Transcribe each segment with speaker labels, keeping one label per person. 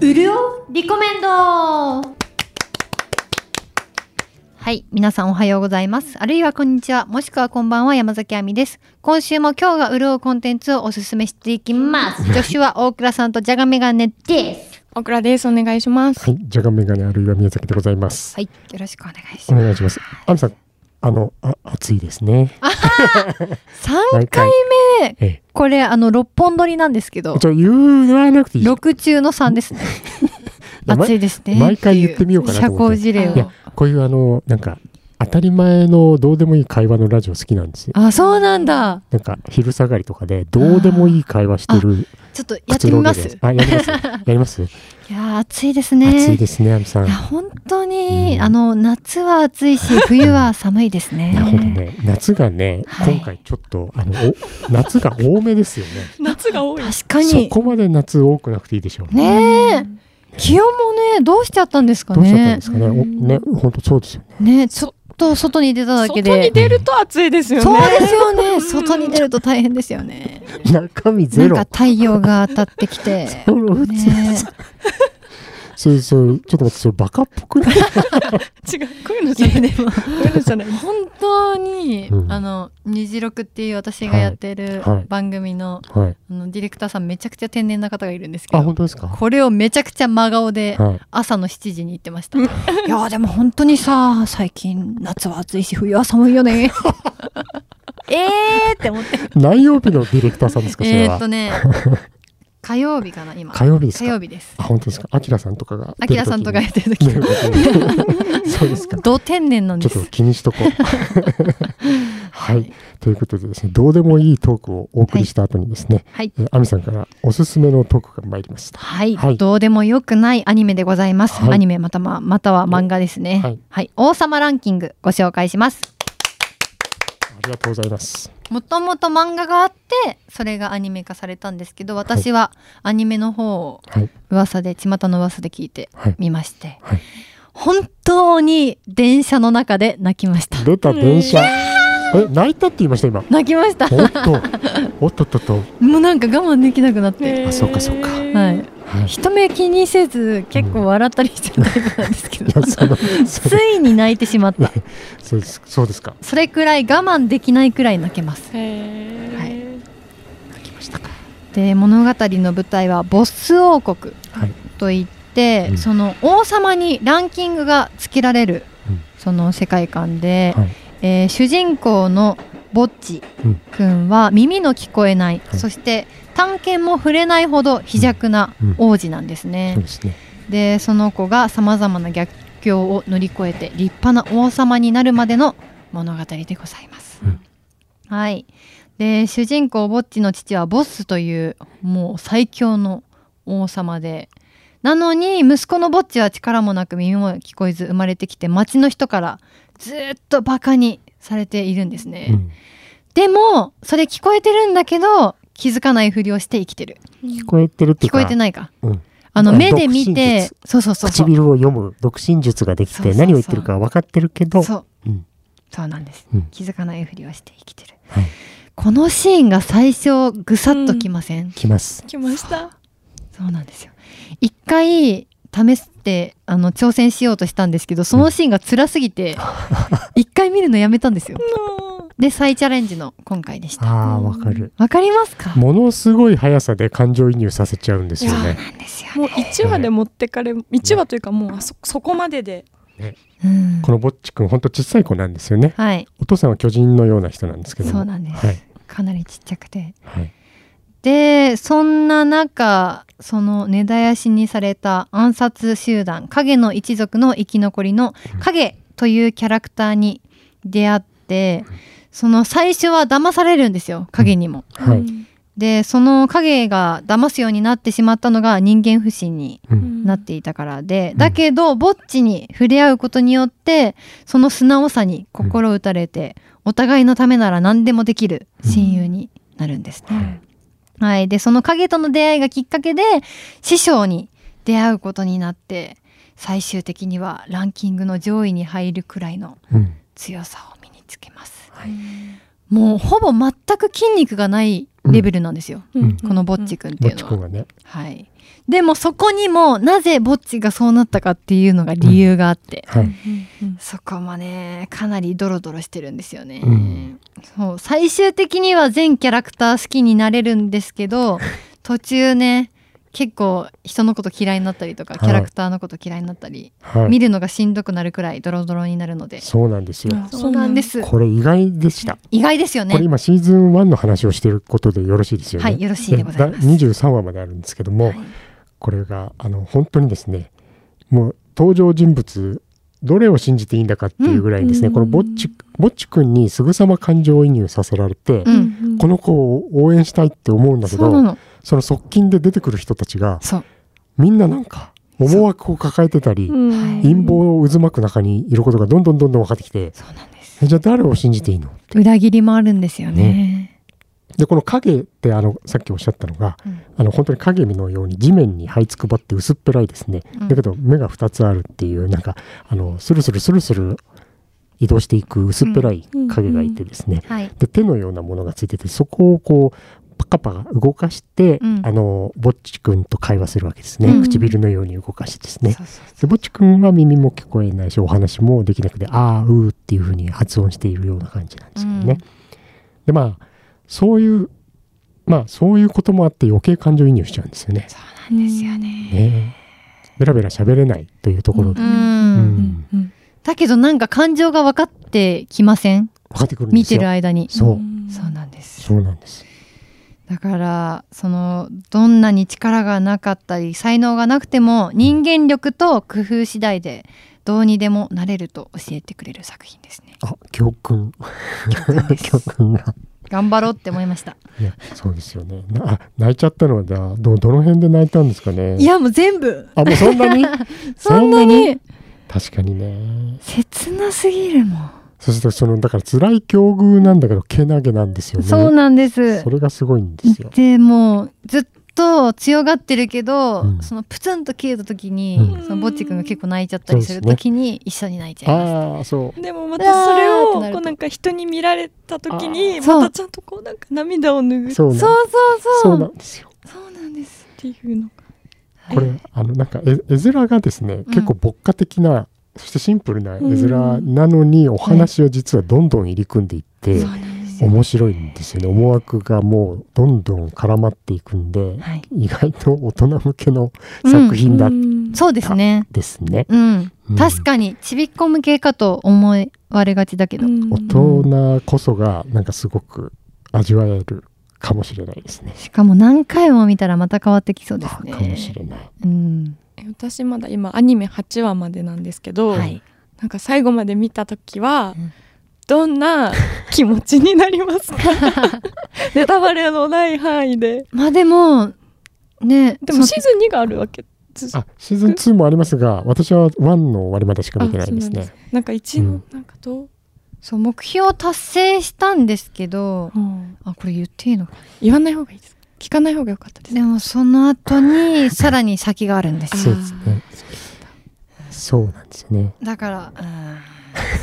Speaker 1: うるおリコメンドはい皆さんおはようございますあるいはこんにちはもしくはこんばんは山崎亜美です今週も今日が潤うコンテンツをおすすめしていきます助手は大倉さんとじゃがメガネです
Speaker 2: 大倉です。お願いします。
Speaker 3: はい、じゃがメガネあるいは宮崎でございます。
Speaker 1: はいよろしくお願いし
Speaker 3: お
Speaker 1: ます
Speaker 3: 願いします。アミさん、あの、あ、暑いですね。
Speaker 1: 3回目
Speaker 3: ええ、
Speaker 1: これあの6本撮りなんですけど
Speaker 3: ちょ、言わなくていい。
Speaker 1: 6中の3ですね
Speaker 3: やま
Speaker 1: 暑いですね
Speaker 3: 毎回言ってみようかなと
Speaker 1: 社
Speaker 3: 思っ
Speaker 1: 交辞
Speaker 3: て。
Speaker 1: 令
Speaker 3: いや
Speaker 1: を、
Speaker 3: こういうあの、なんか、当たり前のどうでもいい会話のラジオ好きなんですよ。
Speaker 1: あそうなんだ
Speaker 3: なんか、昼下がりとかで、どうでもいい会話してる
Speaker 1: ちょっとやっ
Speaker 3: くつ
Speaker 1: てみ
Speaker 3: ろ
Speaker 1: ま
Speaker 3: げ
Speaker 1: す
Speaker 3: です。あ、やり ます。やります。
Speaker 1: いやー暑いですね
Speaker 3: 暑いですね、アミさん。
Speaker 1: いや
Speaker 3: な
Speaker 1: 本当に、
Speaker 3: うん
Speaker 1: あの夏は暑い し冬は寒いですね。
Speaker 3: るほどね。夏がね、
Speaker 1: はい
Speaker 3: 今回ちょっと、あの、お夏が多めです よね。
Speaker 2: 夏が多い。
Speaker 1: 確か
Speaker 3: そ
Speaker 1: に
Speaker 3: こまで夏多くなくていいでしょう。
Speaker 1: ねえ気温もねどうしちゃったんですか
Speaker 3: どうしちゃった
Speaker 1: ね
Speaker 3: んですかね。おね、本当そうですよね。
Speaker 1: ねちょっと外に出ただけ
Speaker 2: 外に
Speaker 1: で
Speaker 2: 出ると暑いですよね。
Speaker 1: そうですよね外に出ると大変ですよね。
Speaker 3: 中身
Speaker 1: な
Speaker 3: ゼ
Speaker 1: ん
Speaker 3: ロ
Speaker 1: か。太陽が当たってきて
Speaker 3: そのうち
Speaker 1: ね
Speaker 3: そうそう、ちょっと待って、それバカっぽく ない
Speaker 2: 違う。こういうのじゃない。こういうのじゃない。
Speaker 1: 本当に、
Speaker 3: うん
Speaker 1: あの「虹六」っていう私がやってる
Speaker 3: はいはい
Speaker 1: 番組の,、
Speaker 3: はい。
Speaker 1: あのディレクターさんめちゃくちゃ天然な方がいるんですけ
Speaker 3: あ、
Speaker 1: ど
Speaker 3: 本当ですか
Speaker 1: これをめちゃくちゃ真顔で
Speaker 3: はい。
Speaker 1: 朝の7時に行ってました。 いやーでも本当にさ、最近夏は暑いし冬は寒いよ ね。えーって思って。
Speaker 3: 何曜日のディレクターさんですか、そ
Speaker 1: え
Speaker 3: れ
Speaker 1: ーっ
Speaker 3: は
Speaker 1: と。ね、火曜日かな今。
Speaker 3: 火曜日ですか
Speaker 1: 日です。
Speaker 3: あ、本当ですか。アキラさんとかが。
Speaker 1: アキラさんとかや
Speaker 3: 出
Speaker 1: ってる時。
Speaker 3: る時 に。そうですか。
Speaker 1: ど天然なん
Speaker 3: ち
Speaker 1: で
Speaker 3: ょっと
Speaker 1: す。
Speaker 3: 気に しとこう。はい。ということでですね、どうでもいいトークをお送りした後にですね、
Speaker 1: はい。
Speaker 3: えーアミさんからおすすめのトークが参りました。
Speaker 1: はい、
Speaker 3: はい
Speaker 1: どうでもよくないアニメでございます。
Speaker 3: はい
Speaker 1: アニメまたままたは漫画ですね。は
Speaker 3: はいい、
Speaker 1: 王様ランキングご紹介します。
Speaker 3: ありがとうございます。
Speaker 1: もともと漫画があってそれがアニメ化されたんですけど、私はアニメの方を
Speaker 3: はい。
Speaker 1: 噂で巷の噂で聞いて
Speaker 3: はい。
Speaker 1: 見まして、
Speaker 3: はい
Speaker 1: 本当に電車の中で泣きました
Speaker 3: 出た電車。え、泣いたって言いました、今。
Speaker 1: 泣きました
Speaker 3: おっと、おっとっとっと。
Speaker 1: もうなんか我慢できなくなって、
Speaker 2: ねえ
Speaker 3: あそうかそうか
Speaker 1: はい。
Speaker 3: はい。い
Speaker 1: 人目気にせず結構笑ったりしてるタイプなんです けど
Speaker 3: や、その、
Speaker 1: ついに泣いてしまった
Speaker 3: そうです。そうですか。
Speaker 1: それくらい我慢できないくらい泣けます
Speaker 2: へー
Speaker 3: 来ましたか。
Speaker 1: で物語の舞台はボス王国
Speaker 3: はい。
Speaker 1: といって、
Speaker 3: うん
Speaker 1: その王様にランキングがつけられる、
Speaker 3: うん
Speaker 1: その世界観で、
Speaker 3: はい
Speaker 1: えー主人公のぼっちくんは耳の聞こえない、
Speaker 3: い
Speaker 1: そして探検も触れないほど非弱な
Speaker 3: うん
Speaker 1: 王子なんですね
Speaker 3: そう、ですね。
Speaker 1: でその子がさまざまな逆境を乗り越えて立派な王様になるまでの物語でございます、
Speaker 3: うん
Speaker 1: はいで主人公ボッチの父はボスというもう最強の王様でなのに息子のボッチは力もなく耳も聞こえず生まれてきて町の人からずっとバカにされているんですね、
Speaker 3: うん。
Speaker 1: でもそれ聞こえてるんだけど気づかないふりをして生きてる
Speaker 3: 聞こえてるってい
Speaker 1: 聞
Speaker 3: うか。
Speaker 1: こえて
Speaker 3: い。
Speaker 1: ないか
Speaker 3: うん。
Speaker 1: あの
Speaker 3: あ
Speaker 1: 目で見
Speaker 3: 独身
Speaker 1: て
Speaker 3: 術
Speaker 1: そうそうそうそう
Speaker 3: 唇を読む独身術ができ
Speaker 1: そうそう
Speaker 3: て、
Speaker 1: そう
Speaker 3: 何を言ってるか分かってるけど。
Speaker 1: そう、
Speaker 3: うん
Speaker 1: そうなんです、
Speaker 3: うん
Speaker 1: 気づかないふりをして生きてる、
Speaker 3: はい
Speaker 1: このシーンが最初ぐさっときません、
Speaker 3: 来ます。
Speaker 2: 来ました。
Speaker 1: そうなんですよ一回試してあの挑戦しようとしたんですけどそのシーンが辛すぎて一回見るのやめたんですよ で再チャレンジの今回でした
Speaker 3: ああ、わかる。
Speaker 1: わかりますか
Speaker 3: ものすごい速さで感情移入させちゃうんですよね。
Speaker 1: なんですよ、
Speaker 2: もう一話で持ってかれ、一話というかもうあそそこまでで。
Speaker 1: うん
Speaker 3: このぼっちくん、ほんと小さい子なんですよね。
Speaker 1: はい
Speaker 3: お父さんは巨人のような人なんですけども。
Speaker 1: そうなんです
Speaker 3: はい。
Speaker 1: かなりちっちゃくて
Speaker 3: はい。
Speaker 1: でそんな中その根絶やしにされた暗殺集団影の一族の生き残りの影というキャラクターに出会ってその最初は騙されるんですよ影にも。
Speaker 3: は
Speaker 2: う
Speaker 3: い。
Speaker 2: ん
Speaker 1: でその影が騙すようになってしまったのが人間不信に
Speaker 3: うん。
Speaker 1: なっていたからで、
Speaker 3: うん
Speaker 1: だけどぼっちに触れ合うことによってその素直さに心打たれて、お互いのためなら何でもできる親友になるんですね。
Speaker 3: はい。
Speaker 1: はい、でその影との出会いがきっかけで師匠に出会うことになって最終的にはランキングの上位に入るくらいの
Speaker 3: うん。
Speaker 1: 強さを身につけます
Speaker 3: はい
Speaker 1: もうほぼ全く筋肉がないレベルなんですよ、
Speaker 2: うん
Speaker 3: うん
Speaker 1: このぼっち
Speaker 2: うん
Speaker 1: くんって
Speaker 3: ぼ
Speaker 1: い
Speaker 3: っ
Speaker 1: う
Speaker 3: ち
Speaker 1: のは、
Speaker 3: くんはね。
Speaker 1: はいでもそこにもなぜぼっちがそうなったかっていうのが理由があって、
Speaker 3: はい。
Speaker 1: そこもねかなりドロドロしてるんですよね、
Speaker 3: うん
Speaker 1: そう最終的には全キャラクター好きになれるんですけど 途中ね結構人のこと嫌いになったりとか
Speaker 3: はい
Speaker 1: キャラクターのこと嫌いになったり、
Speaker 3: は
Speaker 1: 見
Speaker 3: い。
Speaker 1: るのがしんどくなるくらいドロドロになるので
Speaker 3: そうなんですよ。
Speaker 2: あ
Speaker 1: そうなんです
Speaker 3: これ意外でした。
Speaker 1: 意外ですよ
Speaker 3: これ
Speaker 1: ね
Speaker 3: 今シーズン1の話をしていることでよろしいですよね。
Speaker 1: はいよろしいでございます
Speaker 3: だ23話まであるんですけども、
Speaker 1: はい
Speaker 3: これがあの本当にですねもう登場人物どれを信じていいんだかっていうぐらいですね、
Speaker 2: うん
Speaker 3: このぼっちぼっちくんにすぐさま感情移入させられて、
Speaker 1: うん
Speaker 3: この子を応援したいって思うんだけ
Speaker 1: そ
Speaker 3: ど
Speaker 1: うなの
Speaker 3: その側近で出てくる人たちが
Speaker 1: そう
Speaker 3: みんななんか思惑を抱えてたり、
Speaker 1: ん
Speaker 3: 陰謀を渦巻く中にいることがどんどんどんどん分かってきて
Speaker 1: そうなんです
Speaker 3: えじゃあ誰を信じていいの
Speaker 1: 裏切りもあるんですよね
Speaker 3: でこの影ってあのさっきおっしゃったのが
Speaker 1: うん
Speaker 3: あの本当に影のように地面に這いつくばって薄っぺらいですね、
Speaker 1: うん
Speaker 3: だけど目が2つあるっていうなんかあのスルスルスルスル移動していく薄っぺらい影がいてですね、
Speaker 1: はい
Speaker 3: で手のようなものがついててそこをこうパカパカ動かして、
Speaker 1: うん
Speaker 3: あのぼっちくんと会話するわけですね、
Speaker 1: うん
Speaker 3: 唇のように動かしてですね
Speaker 1: そうそう
Speaker 3: でぼっちくんは耳も聞こえないしお話もできなくてあーうーっていうふうに発音しているような感じなんですけどね、
Speaker 1: うん
Speaker 3: でまあそういうまあそういうこともあって余計感情移入しちゃうんですよね。
Speaker 1: そうなんですよね
Speaker 3: ねベラベラ喋れないというところで、
Speaker 1: う、
Speaker 2: うんん
Speaker 3: うん
Speaker 1: だけどなんか感情が分かってきません
Speaker 3: 分かってくるんで
Speaker 1: 見
Speaker 3: す
Speaker 1: て
Speaker 3: よ。
Speaker 1: る間に
Speaker 3: そう
Speaker 1: そうなんです
Speaker 3: そうなんです。
Speaker 1: だからそのどんなに力がなかったり才能がなくても人間力と工夫次第でどうにでもなれると教えてくれる作品ですね。
Speaker 3: あ教訓
Speaker 1: です
Speaker 3: 教訓が。
Speaker 1: 頑張ろうって思いました。
Speaker 3: いやそうですよね。なあ泣いちゃったのはだどどの辺で泣いたんですかね。
Speaker 2: いやもう全部
Speaker 3: あもうそ んなに
Speaker 2: そんなに
Speaker 3: 確かにね。
Speaker 1: 切なすぎるもん。
Speaker 3: そしてそのだから辛い境遇なんだけどけなげなんですよね。
Speaker 1: そうなんです
Speaker 3: そ。れがすごいんですよ。
Speaker 1: でもうずっと強がってるけど、
Speaker 3: うん
Speaker 1: そのプツンと切れた時に、
Speaker 3: うん
Speaker 1: そのぼっちくんが結構泣いちゃったりする時に一緒に泣いちゃいま
Speaker 3: ああそう。
Speaker 2: でもまたそれ
Speaker 1: うわーって
Speaker 2: を
Speaker 1: なると
Speaker 2: こうなんか人に見られた時に
Speaker 1: あーそう
Speaker 2: またちゃんとこうなんか涙を拭う
Speaker 3: そう
Speaker 1: す。
Speaker 3: なん
Speaker 1: そうそう
Speaker 3: そ
Speaker 1: そうう。
Speaker 3: なんですよ。
Speaker 1: そうなんです。
Speaker 2: っていうのが
Speaker 3: これあのなんか絵絵面がですね、結構牧歌的なそしてシンプルな絵面なのに、お話を実はどんどん入り組んでいって、
Speaker 1: そうなんですよ。
Speaker 3: 面白いんですよね。思惑がもうどんどん絡まっていくんで、
Speaker 1: はい。
Speaker 3: 意外と大人向けの作品だ
Speaker 2: うん
Speaker 1: そうですね。
Speaker 3: ですね。
Speaker 1: うん、
Speaker 3: うん
Speaker 1: 確かにちびっこ向けかと思われがちだけど、
Speaker 2: うん
Speaker 3: 大人こそがなんかすごく味わえるかもしれないですね。
Speaker 1: しかも何回も見たらまた変わってきそうで
Speaker 3: あ
Speaker 1: すね。
Speaker 3: かもしれない。
Speaker 1: うん、
Speaker 2: 私まだ今アニメ8話までなんですけど、
Speaker 1: はい、
Speaker 2: なんか最後まで見た時は、
Speaker 1: うん
Speaker 2: どんな気持ちになり ますかネタバレのない範囲で
Speaker 1: まあでもね
Speaker 2: でも
Speaker 1: そ
Speaker 2: シーズン2があるわけです
Speaker 3: あシーズン2もありますが私は1の終わりまでしか見てないです
Speaker 2: あ
Speaker 3: ね
Speaker 2: そ。なんか1
Speaker 3: う
Speaker 2: の
Speaker 3: ん
Speaker 2: なんかどう、
Speaker 1: そう目標を達成したんですけどあこれ言っていいのか
Speaker 2: 言わない方がいいです聞かない方が良かったです
Speaker 1: でもその後にさらに先があるんです
Speaker 3: そう
Speaker 1: よ
Speaker 3: ですね。そうなんですよね。
Speaker 1: だからうん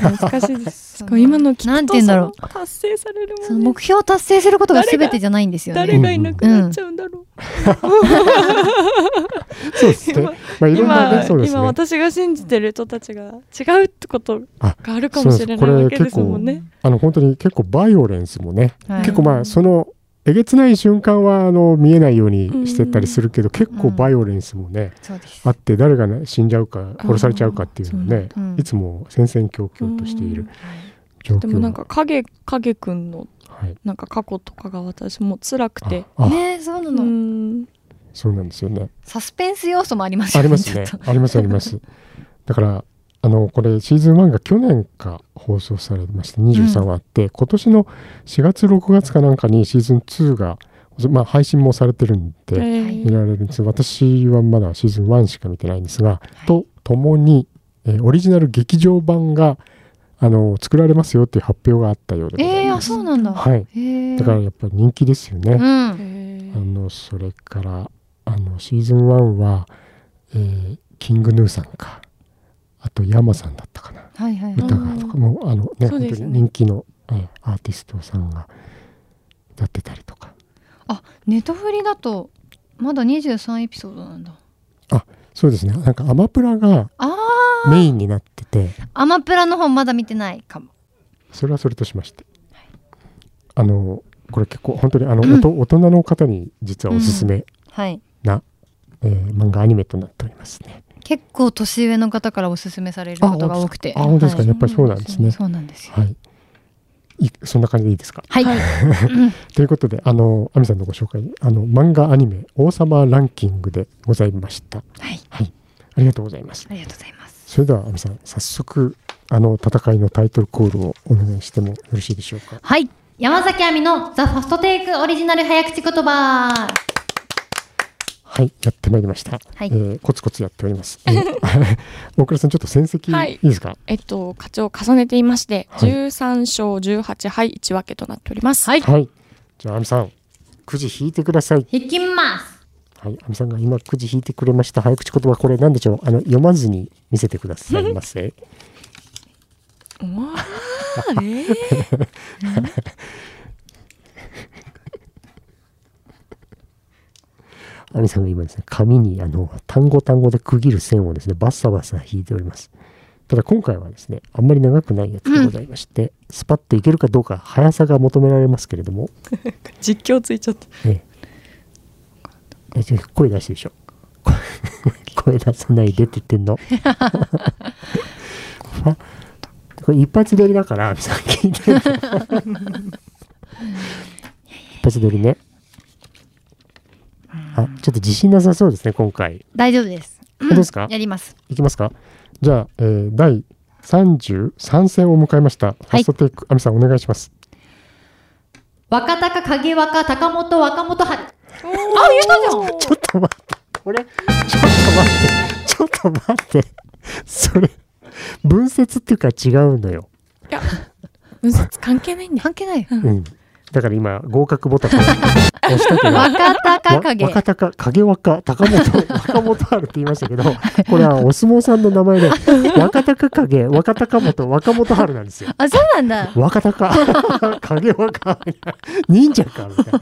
Speaker 2: 難しいです
Speaker 1: その
Speaker 2: こう今の聞くと
Speaker 1: なんて言うんだろう
Speaker 2: その達成される
Speaker 1: そ
Speaker 2: も
Speaker 1: の
Speaker 2: ん、ね
Speaker 1: 目、標を達成することが全てじゃないんですよ
Speaker 2: 誰
Speaker 1: ね。
Speaker 2: がいなくなっちゃうんだろう、
Speaker 3: そうですね。まあいろんな
Speaker 2: 今
Speaker 3: ねそうです
Speaker 2: 今
Speaker 3: ね。
Speaker 2: 私が信じてる人たちが違うってことがあるかもしれ
Speaker 3: あそ
Speaker 2: な
Speaker 3: うな
Speaker 2: い
Speaker 3: ん
Speaker 2: わ
Speaker 3: です
Speaker 2: けですもんね
Speaker 3: あの本当に結構バイオレンスもね、
Speaker 1: はい
Speaker 3: 結構まあそのえげつない瞬間はあの見えないようにしてたりするけど、結構バイオレンスもね、
Speaker 1: そうです
Speaker 3: あって誰が、ね、死んじゃうか殺されちゃうかっていうのをね、
Speaker 1: うん
Speaker 3: いつも戦々恐々としている状況
Speaker 2: でもなんか影影くんの
Speaker 3: はい、
Speaker 2: なんか過去とかが私も辛くて
Speaker 3: ああ
Speaker 1: ねそうな
Speaker 2: う
Speaker 1: の、
Speaker 2: ん
Speaker 3: そうなんですよね
Speaker 1: サスペンス要素もあります
Speaker 3: あ
Speaker 1: よね
Speaker 3: ります ね
Speaker 1: ちょっと
Speaker 3: ありますありますだからあのこれシーズン1が去年か放送されまして23話あって、今年の4月6月かなんかにシーズン2が、まあ、配信もされてるん
Speaker 2: え
Speaker 3: で
Speaker 2: ー
Speaker 3: 見られるんです私はまだシーズン1しか見てないんですが、とともに、えーオリジナル劇場版があの作られますよっていう発表があったようでございま
Speaker 1: え
Speaker 3: す
Speaker 1: ー、あそうなんだ、
Speaker 3: はい
Speaker 1: へー
Speaker 3: だからやっぱり人気ですよね。
Speaker 1: うん
Speaker 2: え
Speaker 3: あのそれからあのシーズン1は、えーキングヌーさんかあとヤマさんだったかな
Speaker 1: はいはいはい
Speaker 3: 歌川とかもうあのね
Speaker 2: そう
Speaker 3: 本
Speaker 2: で
Speaker 3: 当
Speaker 2: す
Speaker 3: に
Speaker 2: よね
Speaker 3: 人気の、えーアーティストさんが歌ってたりとか
Speaker 1: ネトフリだとまだ23エピソードなんだ
Speaker 3: そうですねなんかアマプラが
Speaker 1: あー
Speaker 3: メインになってて
Speaker 1: アマプラの本まだ見てないかも
Speaker 3: それはそれとしまして、あのこれ結構本当にあの、おと大人の方に実はおすすめ
Speaker 1: はい
Speaker 3: な、えー漫画アニメとなっておりますね。
Speaker 1: 結構年上の方からおすすめされることが多くて
Speaker 3: あ本当ですか、
Speaker 1: はい
Speaker 3: やっぱりそうなんですね。
Speaker 1: そうなんですよ
Speaker 3: はいいそんな感じでいいですか。
Speaker 1: はい、うん
Speaker 3: ということであの亜美さんのご紹介あの漫画アニメ「王様ランキング」でございました。
Speaker 1: はい、
Speaker 3: ありがとうございます。
Speaker 1: ありがとうございます
Speaker 3: それでは亜美さん早速あの戦いのタイトルコールをお願いしてもよろしいでしょうか。
Speaker 1: はい山崎亜美のザ・ファストテイクオリジナル早口言葉
Speaker 3: はい、やってまいりました。
Speaker 1: はい
Speaker 3: えーコツコツやっております。えー大倉さん、ちょっと戦績、、
Speaker 2: はいい
Speaker 3: いですか。
Speaker 2: えっと、課長重ねていまして、
Speaker 3: はい
Speaker 2: 13勝18敗1分けとなっております。
Speaker 1: はい
Speaker 3: はい、じゃあ、亜美さん、くじ引いてください。
Speaker 1: 引きます
Speaker 3: はい、亜美さんが今くじ引いてくれました。早口言葉、これなんでしょう。あの、読まずに見せてくださいま せ。
Speaker 2: うわーえー
Speaker 3: 亜美さんが今ですね、紙に、あの、単語単語で区切る線をですね、バッサバサ引いております。ただ今回はですね、あんまり長くないやつでございまして、スパッといけるかどうか、速さが求められますけれども、
Speaker 2: 実況ついちゃった。
Speaker 3: ええ、えちょ声出してでしょ声声出さないでって言ってんの あこれ一発撮りだからさっき言ってんの一発撮りねあちょっと自信なさそうですね今回
Speaker 1: 大丈夫です
Speaker 3: どうですか
Speaker 1: やります
Speaker 3: いきますかじゃあ、えー、第33戦を迎えましたファーストテイク、亜美さんお願いします
Speaker 1: 若隆影若高本若本は
Speaker 2: あ、言ったじゃん
Speaker 3: ちょっと待って。これ、ちょっと待って。ちょっと待って。それ、文節っていうか違うのよ。
Speaker 2: いや、 分節関係ないんだよ。
Speaker 1: 関係ないよ
Speaker 3: うん。だから今、合格ボタンを押したけ ど。
Speaker 1: 若隆
Speaker 3: わ
Speaker 1: 影
Speaker 3: 若隆影若高本若本春って言いましたけどこれはお相撲さんの名前で若隆影若高本若本春なんですよ
Speaker 1: あそうなんだ
Speaker 3: 若隆影若 忍者かみたいな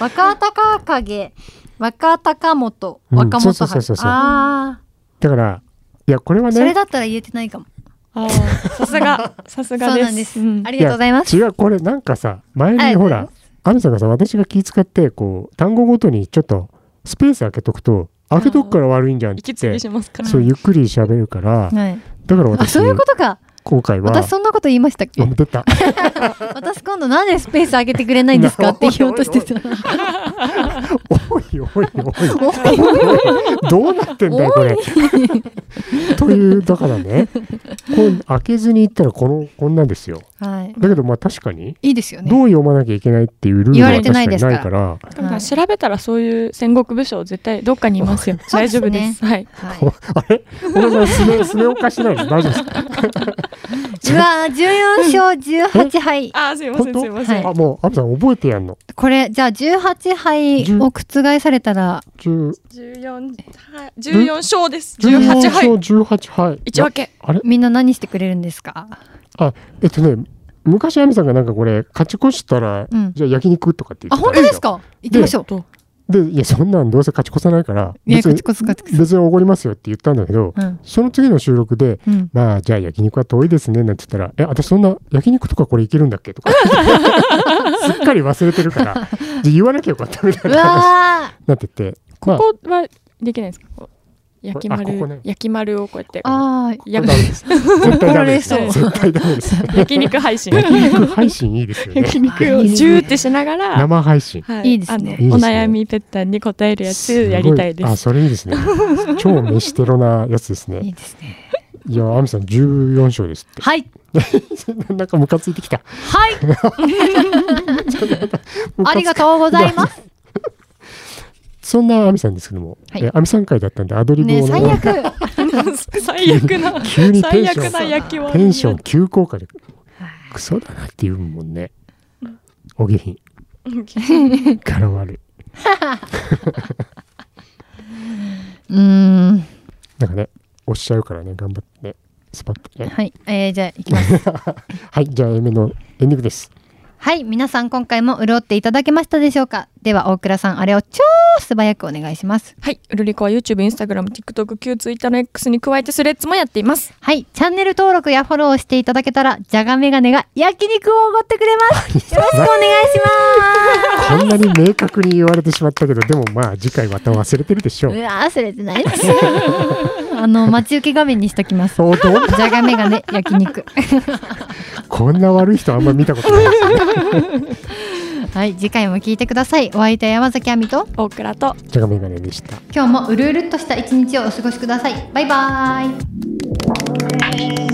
Speaker 1: 若隆景若隆元
Speaker 3: うん
Speaker 1: 若
Speaker 3: そう
Speaker 1: 元
Speaker 3: そう
Speaker 1: 春、
Speaker 3: そうそうそう
Speaker 1: あ
Speaker 3: だからいやこれは
Speaker 1: あ
Speaker 3: ね
Speaker 1: それだったら言えてないかも
Speaker 2: あーさすが、さす
Speaker 1: そう
Speaker 2: がです。
Speaker 1: なんです、
Speaker 2: うん
Speaker 1: ありがとうございます
Speaker 3: や違うこれなんかさ前
Speaker 1: あ
Speaker 3: に
Speaker 1: りがと
Speaker 3: ほ
Speaker 1: うござい
Speaker 3: ら
Speaker 1: ま
Speaker 3: アミさんがさ私が気使ってこう単語ごとにちょっとスペース開けとくと開けとくから悪いんじゃんって
Speaker 2: 息継ぎしますから。
Speaker 3: そうゆっくり喋るから
Speaker 1: はい、
Speaker 3: だから
Speaker 1: あ
Speaker 3: 私
Speaker 1: そういうことか
Speaker 3: 今回は
Speaker 1: 私そんなこと言いましたっけ
Speaker 3: あ 出た
Speaker 1: 私今度なんでスペース開けてくれないん ですかって言おうとしてた
Speaker 3: おいおいおいおいどうなってんだよこれというだからねこう開けずに行ったらこのこんなんですよ
Speaker 1: はい
Speaker 3: だけどまあ確かに
Speaker 1: いいですよね
Speaker 3: どう読まなきゃいけないっていうルール
Speaker 1: 言わ
Speaker 3: は
Speaker 1: れ
Speaker 3: 確
Speaker 1: てない
Speaker 3: かにな
Speaker 1: で
Speaker 3: い
Speaker 1: すから
Speaker 3: から
Speaker 2: だから
Speaker 1: はい
Speaker 2: 調べたらそういう戦国武将絶対どっかにいますよ。
Speaker 1: そうで
Speaker 2: 大
Speaker 1: す
Speaker 2: 丈
Speaker 1: ね
Speaker 2: 夫です。はい。
Speaker 1: はい、
Speaker 3: お あれ小野さんすねすねおかしないです大丈夫ですか
Speaker 1: うわー14勝18敗
Speaker 2: あー、すいませ
Speaker 3: 本
Speaker 2: ん、
Speaker 3: 当
Speaker 2: すいません。
Speaker 1: は
Speaker 3: あもうアブさん覚えてやんの
Speaker 1: これじゃあ18敗を覆されたら
Speaker 3: 10
Speaker 2: 14はい14勝です。
Speaker 3: 14勝
Speaker 2: 18敗。
Speaker 3: 18敗
Speaker 2: 一分け。
Speaker 3: あれ
Speaker 1: みんな何してくれるんですか
Speaker 3: あえっとね昔アミさんがなんかこれ勝ち越したら、
Speaker 1: うん
Speaker 3: じゃあ焼肉とかって言
Speaker 1: あ
Speaker 3: っ
Speaker 1: 本
Speaker 3: てたん
Speaker 1: 当
Speaker 3: ですよ
Speaker 1: ですか行きましょう
Speaker 3: でいやそんなんどうせ勝ち越さないから
Speaker 1: いや
Speaker 3: 別
Speaker 1: 勝
Speaker 3: に
Speaker 1: ちこそ勝ちこ
Speaker 3: 別におごりますよって言ったんだけど、
Speaker 1: そうん
Speaker 3: その次の収録で
Speaker 1: うん
Speaker 3: まあじゃあ焼肉は遠いですねなんて言ったら「え私そんな焼肉とかこれいけるんだっけ?」とか すっかり忘れてるからじゃあ言わなきゃよかったみた
Speaker 1: う
Speaker 3: いな話に
Speaker 1: わ
Speaker 3: なっててまあ
Speaker 2: ここはできないんですかこう焼き
Speaker 3: あここね
Speaker 2: 丸、焼き丸をこうやって
Speaker 1: ー。あー
Speaker 2: や
Speaker 3: これダメです絶対ダメです
Speaker 1: 怒られ
Speaker 3: 絶対ダメです
Speaker 2: 焼肉 配信。
Speaker 3: 焼肉配信いいですよね
Speaker 2: 焼肉をジューってしながら、
Speaker 3: 生配信
Speaker 2: はい
Speaker 1: いいですね
Speaker 2: あのお悩みペッタンに答えるやつやりたいです
Speaker 3: ごあ
Speaker 2: す。
Speaker 3: それいいですね超飯テロなやつです
Speaker 1: いい
Speaker 3: ね
Speaker 1: ですね
Speaker 3: いやアミさん14勝ですっ
Speaker 1: はい
Speaker 3: て なんかムカついてきた
Speaker 1: はいあ
Speaker 3: ムカつく
Speaker 1: りがとうございます
Speaker 3: そんなアミさんですけども、
Speaker 1: はい
Speaker 3: えアミさん会だったんでアドリブ
Speaker 1: ね
Speaker 3: を
Speaker 1: 最悪
Speaker 2: 最悪な
Speaker 3: 急にテン
Speaker 2: 最
Speaker 3: シ
Speaker 2: 悪
Speaker 3: ョン
Speaker 2: な焼きは
Speaker 3: テンション急降下でクソだなって言うもんねお下品 柄悪い
Speaker 1: うん
Speaker 3: なんかね押しちゃうからね頑張ってねスパッとね
Speaker 1: はいえーじゃあ行きます
Speaker 3: はいじゃあ A 面のエンディングです
Speaker 1: はい皆さん今回も潤っていただけましたでしょうかでは大倉さんあれを超素早くお願いします
Speaker 2: はい、ウルリコは YouTube、Instagram、TikTok、旧 Twitter の X に加えてスレッズもやっています。
Speaker 1: はいチャンネル登録やフォローしていただけたらじゃがメガネが焼肉をおごってくれますよろしくお願いします
Speaker 3: こんなに明確に言われてしまったけどでもまあ次回また忘れてるでしょ
Speaker 1: う
Speaker 3: う
Speaker 1: わー忘れてないです あの待ち受け画面にしときます
Speaker 3: 相当
Speaker 1: じゃがメガネ焼肉
Speaker 3: こんな悪い人あんま見たことないですね
Speaker 1: はい次回も聞いてくださいお相手は山崎亜美と
Speaker 2: 大倉と
Speaker 3: じゃがメガネでした
Speaker 1: 今日もうるうるっとした一日をお過ごしくださいバイバーイ